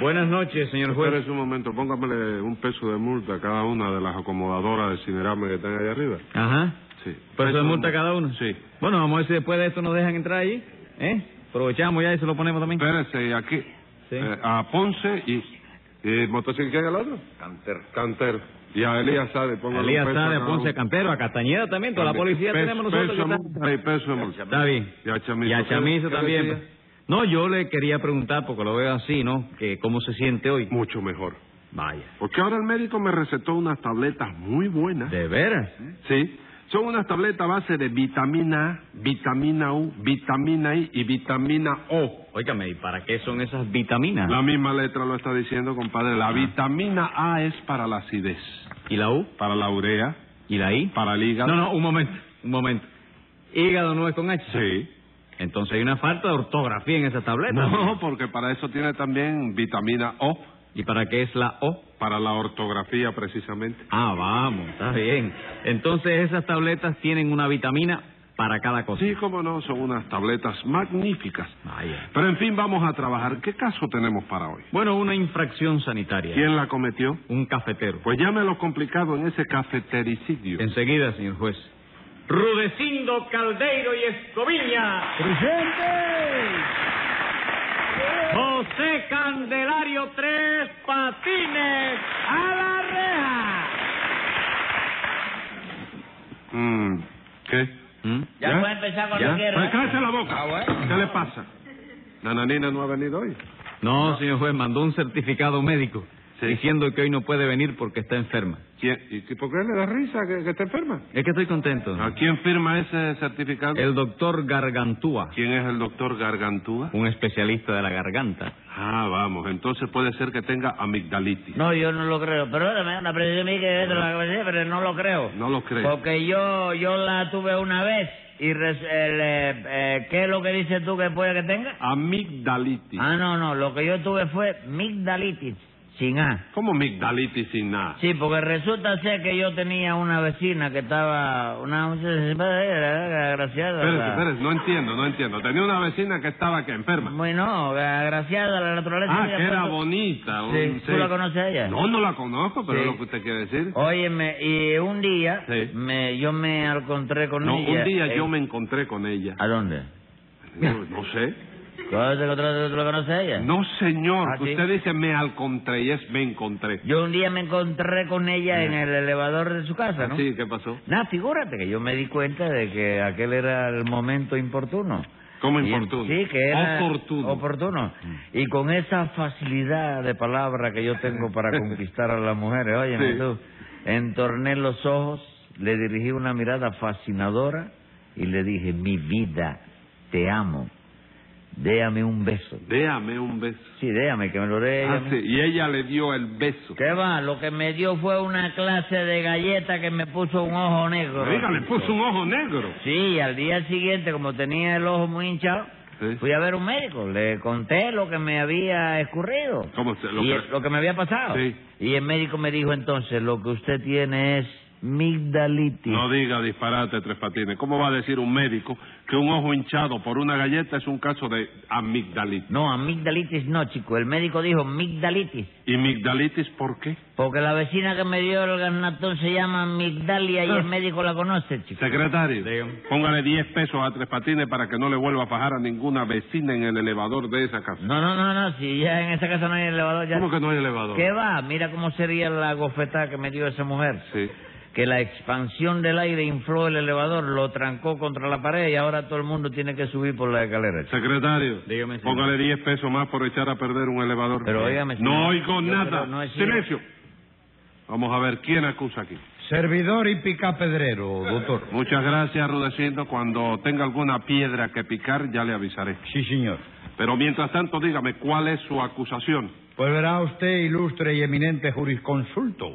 Buenas noches, señor juez. Espérese un momento, póngamele un peso de multa a cada una de las acomodadoras de Cinerama que están allá arriba. Ajá. Sí. ¿Peso de multa cada uno? Sí. Bueno, vamos a ver si después de esto nos dejan entrar ahí. ¿Eh? Aprovechamos ya y se lo ponemos también. Espérese, y aquí. Sí. eh, a Ponce y. ¿Y motocicleta al otro? Canter. Canter. Y a Elías Sade, póngale Elías un peso Sade, a cada Ponce uno. Campero, a Castañeda también, toda la policía Pe- tenemos nosotros. Peso de que está- multa y peso de multa. Está bien. Y a Chamizo. Y a Chamizo ¿Qué- qué también. pues. decía? No, yo le quería preguntar, porque lo veo así, ¿no? Que cómo se siente hoy. Mucho mejor. Vaya. Porque ahora el médico me recetó unas tabletas muy buenas. ¿De veras? Sí. Son unas tabletas a base de vitamina A, vitamina U, vitamina I y vitamina O. Óigame, ¿y para qué son esas vitaminas? La misma letra lo está diciendo, compadre. La vitamina A es para la acidez, ¿Y la U? para la urea, ¿Y la I? para el hígado. No, no, un momento, un momento. Hígado no es con H. Sí. Entonces hay una falta de ortografía en esa tableta. No, porque para eso tiene también vitamina O, ¿Y para qué es la O? para la ortografía precisamente. Ah, vamos, está bien. Entonces esas tabletas tienen una vitamina para cada cosa. Sí, cómo no, son unas tabletas magníficas. Vaya. Pero en fin, vamos a trabajar. ¿Qué caso tenemos para hoy? Bueno, una infracción sanitaria. ¿Quién la cometió? Un cafetero. Pues llámelo complicado en ese cafetericidio. Enseguida, señor juez. Rudecindo Caldeiro y Escoviña. José Candelario Tres Patines a la reja. Mm, ¿Qué? ¿Mm? Ya, ¿Ya? puede empezar cuando ¿Ya? quiera. Pues cállese la boca. Ah, bueno. ¿Qué le pasa? Nananina no ha venido hoy. No, señor juez, mandó un certificado médico Sí. diciendo que hoy no puede venir porque está enferma. ¿Quién? ¿Y qué- por qué le da risa que, que está enferma? Es que estoy contento. ¿A quién firma ese certificado? Ah, El doctor Gargantúa, ¿Quién es el doctor Gargantúa? un especialista de la garganta. Ah, vamos. Entonces puede ser que tenga amigdalitis. No, yo no lo creo. Perdóname, la precisión me que esto lo acabo de decir, pero no lo creo. No lo creo. Porque yo, yo la tuve una vez y res- el, eh, eh, ¿qué es lo que dices tú que puede que tenga? Amigdalitis. Ah, no, no, lo que yo tuve fue migdalitis, sin A. ¿Cómo amigdalitis sin nada? Sí, porque resulta ser que yo tenía una vecina que estaba, una agraciada. Espérese, espérese. No entiendo, no entiendo. Tenía una vecina que estaba que enferma. Muy no, agraciada la naturaleza. Ah, Mira, que era pues, bonita. Sí, un- ¿tú la conoces a ella? No, no la conozco, pero Sí. Oh, es lo que usted quiere decir. Óyeme, y un día Sí. me, yo me encontré con No, ella. un día eh, yo me encontré con ella. ¿A dónde? No, no sé. ¿Cuándo te encontraste? ¿Tú la conoces a ella? No, señor. Ah, que sí. Usted dice me encontré y es me encontré. Yo un día me encontré con ella en el elevador de su casa, ¿no? Sí, ¿qué pasó? Nada, figúrate que yo me di cuenta de que aquel era el momento importuno. ¿Cómo Y- importuno? Sí, que era Oportuno. Mm. oportuno. Y con esa facilidad de palabra que yo tengo para conquistar a las mujeres, oye, Sí. tú, entorné los ojos, le dirigí una mirada fascinadora y le dije, mi vida, te amo, déame un beso. Déame un beso. Sí, déame, que me lo dé. ella Ah, sí, Y ella le dio el beso. ¿Qué va? Lo que me dio fue una clase de galleta que me puso un ojo negro. Oiga, le puso un ojo negro. Sí, y al día siguiente, como tenía el ojo muy hinchado, Sí. fui a ver un médico. Le conté lo que me había escurrido. ¿Cómo se lo y cre- el- lo que me había pasado. Sí. Y el médico me dijo entonces, lo que usted tiene es migdalitis. No diga disparate, Tres Patines. ¿Cómo va a decir un médico que un ojo hinchado por una galleta es un caso de amigdalitis? No, amigdalitis no, chico. El médico dijo migdalitis. ¿Y migdalitis por qué? Porque la vecina que me dio el garnatón se llama Migdalia y el médico la conoce, chico. Secretario, Dígame. póngale 10 pesos a Tres Patines para que no le vuelva a fajar a ninguna vecina en el elevador de esa casa. No, no, no, no. Si ya en esa casa no hay elevador, ya... ¿Cómo que no hay elevador? ¿Qué va? Mira cómo sería la gofetada que me dio esa mujer. Sí. que la expansión del aire infló el elevador, lo trancó contra la pared y ahora todo el mundo tiene que subir por la escalera. chico. Secretario, Dígame, señor. póngale 10 pesos más por echar a perder un elevador. Pero óigame, señor, No oigo yo nada. creo no es cierto. Silencio. Vamos a ver quién acusa aquí. Servidor y picapedrero, doctor. Muchas gracias, Rudecindo. Cuando tenga alguna piedra que picar, ya le avisaré. Sí, señor. Pero mientras tanto, dígame, ¿cuál es su acusación? Pues verá usted, ilustre y eminente jurisconsulto,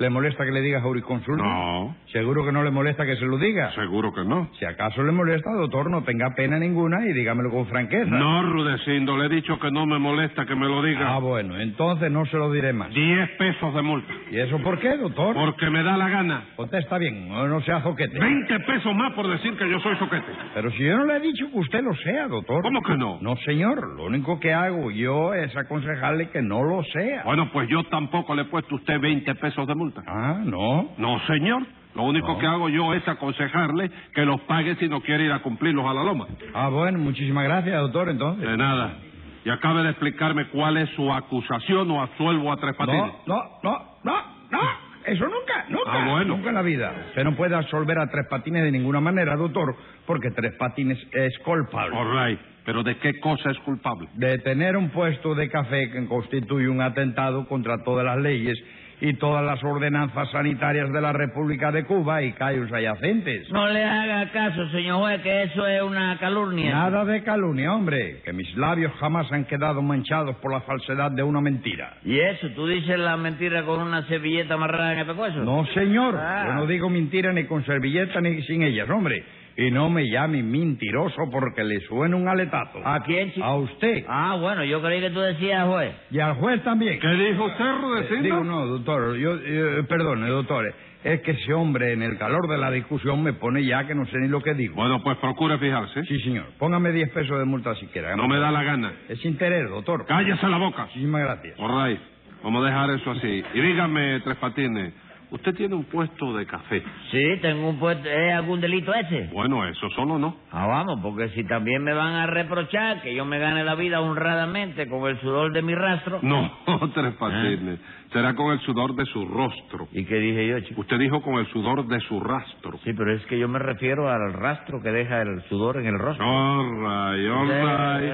¿Le molesta que le digas auriconsulta? No, ¿Seguro que no le molesta que se lo diga? seguro que no. Si acaso le molesta, doctor, no tenga pena ninguna y dígamelo con franqueza. No, Rudecindo, le he dicho que no me molesta que me lo Ah, diga. bueno, entonces no se lo diré más. Diez pesos de multa. ¿Y eso por qué, doctor? Porque me da la gana. Contesta bien, no, no sea zoquete. Veinte pesos más por decir que yo soy soquete. Pero si yo no le he dicho que usted lo sea, doctor. ¿Cómo que no? No, señor, lo único que hago yo es aconsejarle que no lo sea. Bueno, pues yo tampoco le he puesto a usted veinte pesos de multa. Ah, no. No, señor. Lo único No. que hago yo es aconsejarle que los pague si no quiere ir a cumplirlos a la loma. Ah, bueno, muchísimas gracias, doctor, entonces. De nada. Y acabe de explicarme cuál es su acusación o absuelvo a Tres Patines. No, no, no, no, no. Eso nunca, nunca. Ah, bueno. Nunca en la vida. Usted no puede absolver a Tres Patines de ninguna manera, doctor, porque Tres Patines es culpable. All right. Pero ¿de qué cosa es culpable? de tener un puesto de café que constituye un atentado contra todas las leyes y todas las ordenanzas sanitarias de la República de Cuba y callos adyacentes. No le haga caso, señor juez, que eso es una calumnia. Nada de calumnia, hombre, que mis labios jamás han quedado manchados por la falsedad de una mentira. ¿Y eso? ¿Tú dices la mentira con una servilleta amarrada en el pescuezo? No, señor, Ah. yo no digo mentira ni con servilleta ni sin ellas, hombre. Y no me llame mentiroso porque le suena un aletazo. ¿A quién, chico? A usted. Ah, bueno, yo creí que tú decías, juez. Y al juez también. ¿Qué dijo usted, Eh, Rudecindo? Digo, no, doctor, yo, eh, perdone, doctor, es que ese hombre en el calor de la discusión me pone ya que no sé ni lo que digo. ¿eh? Bueno, pues procure fijarse. Sí, señor, póngame 10 pesos de multa si quiera. No me da la gana. Es sin interés, doctor. Cállese la boca. Muchísimas gracias. All right. Vamos a dejar eso así. Y dígame, Tres Patines, usted tiene un puesto de café. Sí, tengo un puesto. ¿Es algún delito ese? Bueno, eso solo no. Ah, vamos, porque si también me van a reprochar que yo me gane la vida honradamente con el sudor de mi rastro. No, Tres Patines. Será con el sudor de su rostro. ¿Y qué dije yo, chico? Usted dijo con el sudor de su rastro. Sí, pero es que yo me refiero al rastro que deja el sudor en el rostro. All right, all right.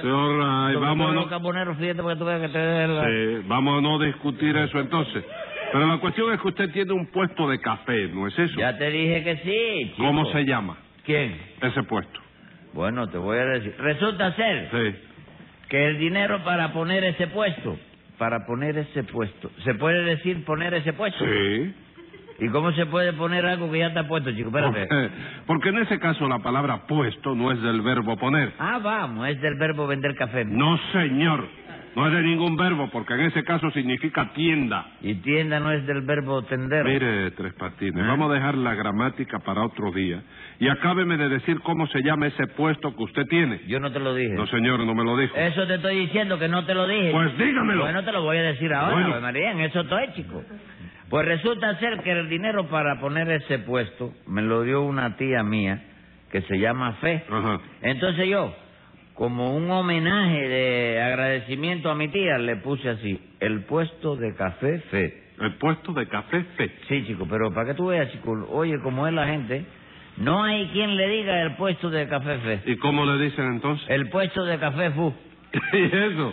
Sí, Right. all right. Vamos a no- fíjate porque tú ves que te dé la- Sí, vamos a no discutir eso entonces. Pero la cuestión es que usted tiene un puesto de café, ¿no es eso? Ya te dije que sí, chico. ¿Cómo se llama ¿Quién? ese puesto? Bueno, te voy a decir. Resulta ser Sí. que el dinero para poner ese puesto, para poner ese puesto, ¿se puede decir poner ese puesto? Sí. ¿Y cómo se puede poner algo que ya está puesto, chico? Espérate. Porque, porque en ese caso la palabra puesto no es del verbo poner. Ah, vamos, es del verbo vender café. No, señor. No es de ningún verbo, porque en ese caso significa tienda. Y tienda no es del verbo tender. Mire, Tres Patines, vamos a dejar la gramática para otro día. Y acábeme de decir cómo se llama ese puesto que usted tiene. Yo no te lo dije. No, señor, no me lo dijo. Eso te estoy diciendo que no te lo dije. Pues dígamelo. Eh, Bueno, te lo voy a decir ahora, Bueno. Ave María, en eso estoy, chico. Pues resulta ser que el dinero para poner ese puesto me lo dio una tía mía que se llama Fe. Ajá. Entonces yo, como un homenaje de agradecimiento a mi tía, le puse así, el puesto de café Fe. El puesto de café fe. Sí, chico, pero para que tú veas, chico, oye, como es la gente, no hay quien le diga el puesto de café Fe. ¿Y cómo le dicen entonces? El puesto de café Fu. ¿Y eso?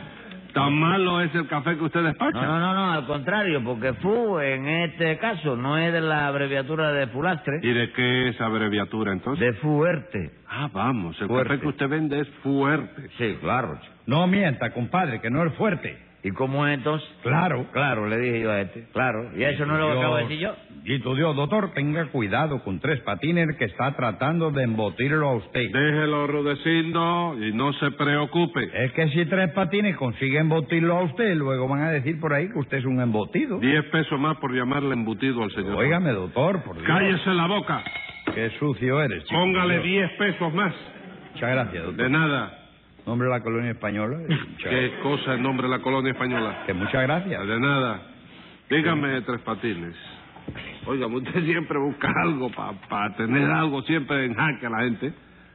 ¿Tan malo es el café que usted despacha? No, no, no, no, al contrario, porque FU en este caso no es de la abreviatura de fulastre, ¿Y de qué es abreviatura entonces? de fuerte. Ah, vamos, el Fuerte. café que usted vende es fuerte. Sí, claro. chico. No mienta, compadre, que no es fuerte. ¿Y cómo es entonces? Claro. Claro, le dije yo a este. Claro. ¿Y eso no Dios. lo acabo de decir yo? Y tu Dios, doctor, tenga cuidado con Tres Patines que está tratando de embotirlo a usted. Déjelo rudecindo y no se preocupe. Es que si Tres Patines consigue embotirlo a usted, luego van a decir por ahí que usted es un embotido. Diez pesos más por llamarle embutido al señor. Óigame, doctor, por Dios. Cállese la boca. Qué sucio eres, chico. Póngale Dios. diez pesos más. Muchas gracias, doctor. De nada. Nombre de la colonia española. eh, muchas- Qué cosa en nombre de la colonia española. Que muchas gracias. De nada. Dígame, Tres Patines. Óigame, usted siempre busca algo para tener algo siempre en jaque a la gente.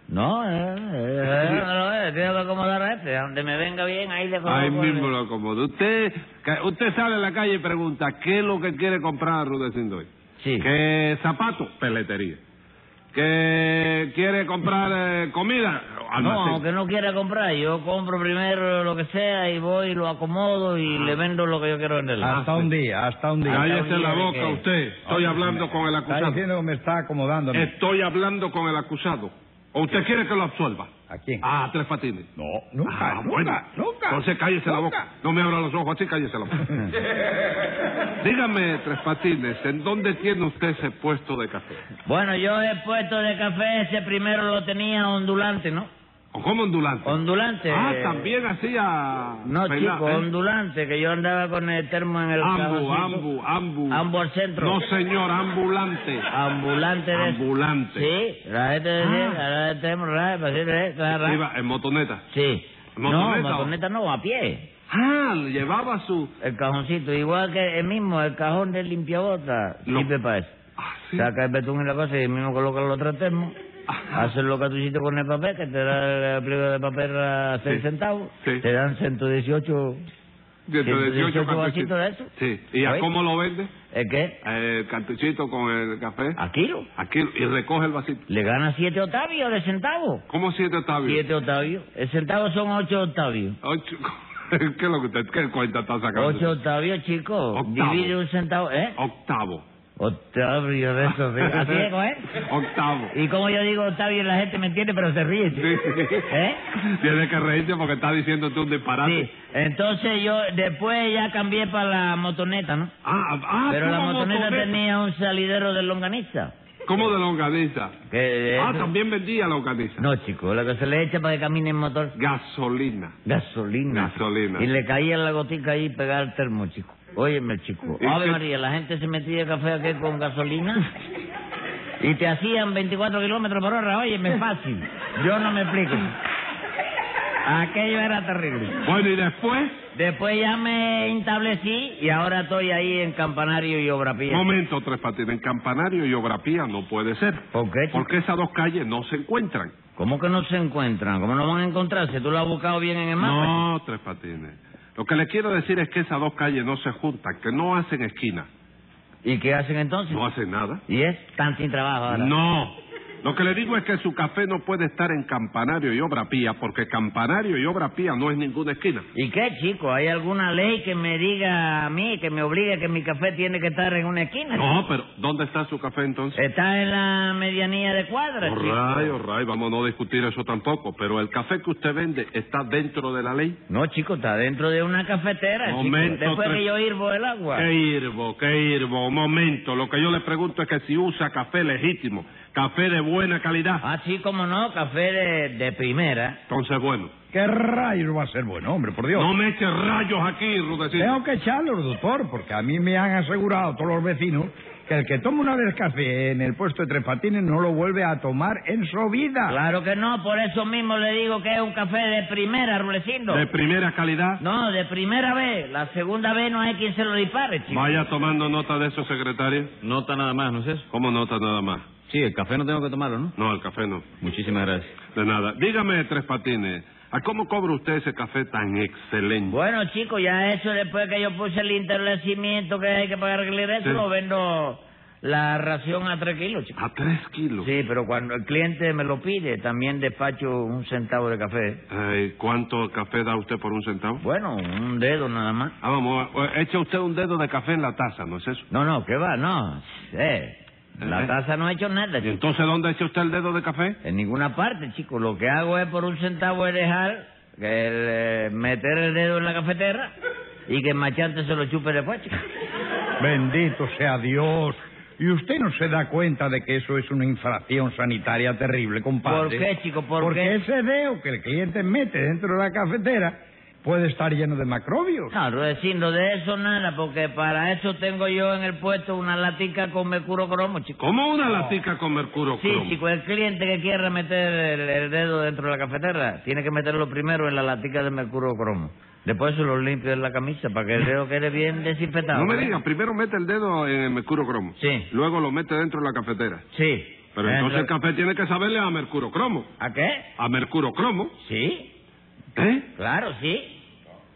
No, eh, eh, eh, no lo es. Tengo que acomodar a este. a Donde me venga bien, ahí le Ahí coloco el- mismo lo acomodo. Usted, ca- usted sale a la calle y pregunta, ¿qué es lo que quiere comprar Rudecindo hoy? Sí. ¿Qué zapatos? Peletería. ¿Qué quiere comprar eh, comida? No, Almacén. aunque no quiera comprar, yo compro primero lo que sea y voy, lo acomodo y Ah. le vendo lo que yo quiero venderle. Hasta un día, hasta un día. Cállese la ¿de boca qué? usted. Estoy hablando con el Está acusado. diciendo que me está acomodando. a mí. Estoy hablando con el acusado. ¿O usted quiere que lo absuelva? ¿A quién? Ah, Tres Patines. No, nunca, Ah, nunca, bueno. nunca. Entonces cállese la nunca. boca. No me abra los ojos así, cállese la boca. Dígame, Tres Patines, ¿en dónde tiene usted ese puesto de café? Bueno, yo he puesto de café, ese primero lo tenía ondulante, ¿no? ¿O cómo ondulante? Ondulante. Ah, eh, también hacía... No, peina- chico, ¿eh? ondulante, que yo andaba con el termo en el Ambu, cabacito. ambu, ambu. Ambu al centro. No, señor, ambulante. Ambulante Ah, de... Ambulante. Sí, la gente decía, Ah. la gente termo, la gente, la gente, la gente- Iba en motoneta. Sí. ¿Motoneta No, o- motoneta no, a pie. Ah, llevaba su... El cajoncito, igual que el mismo, el cajón del limpiabota Lo- sirve para eso. Ah, sí. Saca el betún y la cosa y el mismo coloca los otros termos. Ajá. Haces los cartuchitos con el papel, que te da el pliego de papel a 6 Sí. centavos. Sí. Te dan 118. De 18 118 cartuchitos. vasitos de eso. Sí. ¿Y a Oye. cómo lo vende? ¿El qué? El cartuchito con el café. A kilo. Aquí, y recoge el vasito. Le gana 7 octavios de centavo. ¿Cómo siete octavios? 7 octavios. El centavo son 8 octavios. Ocho. ¿Qué es lo que usted, qué cuenta está sacando? 8 octavios, chico. Octavo. Divide un centavo, ¿eh? Octavo. Octavio de esos, ¿sí? así es, ¿eh? ¿no es? Octavo. Y como yo digo Octavio, la gente me entiende, pero se ríe. Sí. Ah, chico. ¿Eh? Tienes que reírte porque está diciéndote un disparate. Sí. Entonces yo después ya cambié para la motoneta, ¿no? Ah, ah, pero la ¿cómo motoneta, motoneta? tenía un salidero de longaniza. ¿Cómo de longaniza? Que de Ah, eso- también vendía longaniza. Eh, No, chico, lo que se le echa para que camine el motor. Gasolina. Gasolina. Gasolina. Y le caía la gotica ahí pegada al termo, chico. Óyeme, chico. ¿Y Ave qué- María, la gente se metía café aquí con gasolina. Y te hacían 24 kilómetros por hora. Óyeme, fácil. Yo no me explico. Aquello era terrible. Bueno, y después, Después ya me establecí y ahora estoy ahí en Campanario y Obra Pía. momento, Tres Patines, en Campanario y Obrapía no puede ser. ¿Por qué, chico? Porque esas dos calles no se encuentran. ¿Cómo que no se encuentran? ¿Cómo no van a encontrarse? ¿Tú lo has buscado bien en el mapa? No, Tres Patines. Lo que le quiero decir es que esas dos calles no se juntan, que no hacen esquina. ¿Y qué hacen entonces? No hacen nada. ¿Y es? Están sin trabajo ahora. No. Lo que le digo es que su café no puede estar en Campanario y Obra Pía, porque Campanario y Obra Pía no es ninguna esquina. ¿Y qué, chico? ¿Hay alguna ley que me diga a mí, que me obligue que mi café tiene que estar en una esquina? No, pero ¿dónde está su café entonces? Está en la medianía de cuadras, chico. Orray, orray, vamos a no discutir eso tampoco, pero el café que usted vende está dentro de la ley. No, chico, está dentro de una cafetera, Momento, chico. Después tres- que yo hirvo el agua. Qué irbo, qué irbo, un momento, lo que yo le pregunto es que si usa café legítimo, café de buena calidad, Así como Ah, no, café de, de primera. entonces bueno. ¿Qué rayos va a ser bueno, hombre, por Dios? No me eche rayos aquí, Rudecito. Tengo que echarlos, doctor, porque a mí me han asegurado todos los vecinos que el que toma una vez café en el puesto de Tres Patines no lo vuelve a tomar en su vida. Claro que no, por eso mismo le digo que es un café de primera, Rulecindo. De primera calidad. No, de primera vez. La segunda vez no hay quien se lo dispare, chico. Vaya tomando nota de eso, secretario. Nota nada más, ¿no es eso? ¿Cómo nota nada más? Sí, el café no tengo que tomarlo, ¿no? No, el café no. Muchísimas gracias. De nada. Dígame, Tres Patines, ¿a cómo cobra usted ese café tan excelente? Bueno, chicos, ya eso después que yo puse el interlecimiento que hay que pagar el cliente, Sí. lo vendo la ración a tres kilos, chicos. A tres kilos. Sí, pero cuando el cliente me lo pide, también despacho un centavo de café. Ay, ¿Cuánto café da usted por un centavo? Bueno, un dedo nada más. Ah, vamos, eh, echa usted un dedo de café en la taza, ¿no es eso? No, no, ¿qué va? No. Eh, Eh. la taza no ha hecho nada, ¿Y chico. entonces dónde echa usted el dedo de café? En ninguna parte, chico. Lo que hago es por un centavo es dejar el, eh, meter el dedo en la cafetera y que el machante se lo chupe después, chico. Bendito sea Dios. ¿Y usted no se da cuenta de que eso es una infracción sanitaria terrible, compadre? ¿Por qué, chico? ¿Por Porque qué? ese dedo que el cliente mete dentro de la cafetera puede estar lleno de macrobios. No, Rudecindo, de eso nada, porque para eso tengo yo en el puesto una latica con mercurio cromo, chico. ¿Cómo una latica con mercurio Sí, cromo? chico, el cliente que quiera meter el, el dedo dentro de la cafetera tiene que meterlo primero en la latica de mercurio cromo. Después se lo limpio en la camisa para que el dedo quede bien desinfectado. No me ¿eh? diga, primero mete el dedo en el mercurio cromo. Sí. Luego lo mete dentro de la cafetera. Sí. Pero Dentro- entonces el café tiene que saberle a mercurio cromo. ¿A qué? ¿A mercurio cromo? Sí, ¿Eh? claro, sí.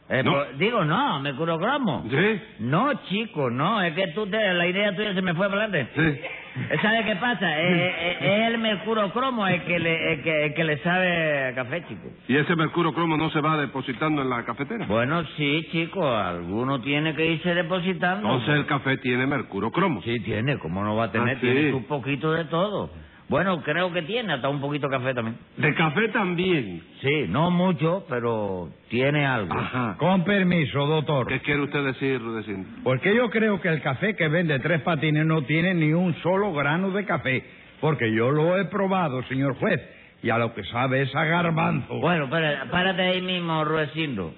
Eh, No. pues, digo, no, mercurio cromo. Sí. No, chico, no, es que tú te- la idea tuya se me fue para adelante. Sí. Eh, ¿Sabe qué pasa? Eh, eh, eh, es el mercurio cromo el que le, el que, el que le sabe a café, chico. ¿Y ese mercurio cromo no se va depositando en la cafetera? Bueno, sí, chico, alguno tiene que irse depositando. Entonces el café tiene mercurio cromo. Sí, tiene, ¿cómo no va a tener? Ah, sí. Tiene un poquito de todo. Bueno, creo que tiene hasta un poquito de café también. De café también. Sí, no mucho, pero tiene algo. Ajá. Con permiso, doctor. ¿Qué quiere usted decir, Rudecindo? Porque yo creo que el café que vende Tres Patines no tiene ni un solo grano de café. Porque yo lo he probado, señor juez. Y a lo que sabe es a garbanzo. Bueno, para- párate ahí mismo, Ruecindo.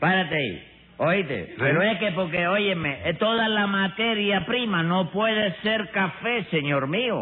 Párate ahí. Oíste, pero es que porque, óyeme, eh, toda la materia prima no puede ser café, señor mío.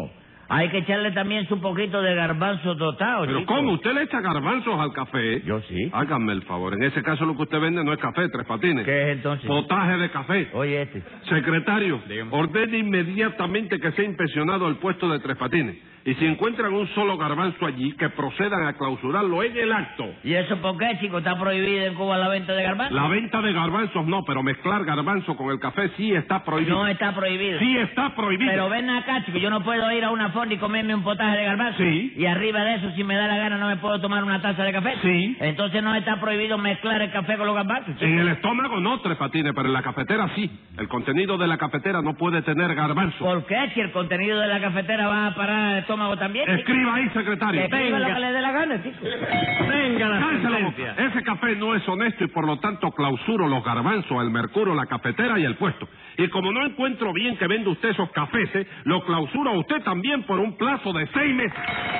Hay que echarle también su poquito de garbanzo tostado, Pero chico. ¿cómo? ¿Usted le echa garbanzos al café? Yo sí. Hágame el favor. En ese caso lo que usted vende no es café, tres patines. ¿Qué es entonces? Potaje de café. Oye, este. Secretario, ordene inmediatamente que sea inspeccionado el puesto de tres patines. Y si encuentran un solo garbanzo allí, que procedan a clausurarlo en el acto. ¿Y eso por qué, chico? ¿Está prohibida en Cuba la venta de garbanzo? La venta de garbanzos no, pero mezclar garbanzo con el café sí está prohibido. No está prohibido. Sí está prohibido. Pero ven acá, chico, yo no puedo ir a una fonda y comerme un potaje de garbanzo. Sí. Y arriba de eso, si me da la gana, no me puedo tomar una taza de café. Sí. Entonces no está prohibido mezclar el café con los garbanzos. chico. En el estómago no, tres patines, pero en la cafetera sí. El contenido de la cafetera no puede tener garbanzo. ¿Por qué? Si el contenido de la cafetera va a parar el estómago también. chico. Escriba ahí, secretario. Que escriba lo que le dé la gana, chico. Venga la Cállese la boca. sentencia. Ese café no es honesto y por lo tanto clausuro los garbanzos, el mercurio, la cafetera y el puesto. Y como no encuentro bien que vende usted esos cafés, eh, lo clausuro a usted también por un plazo de seis meses.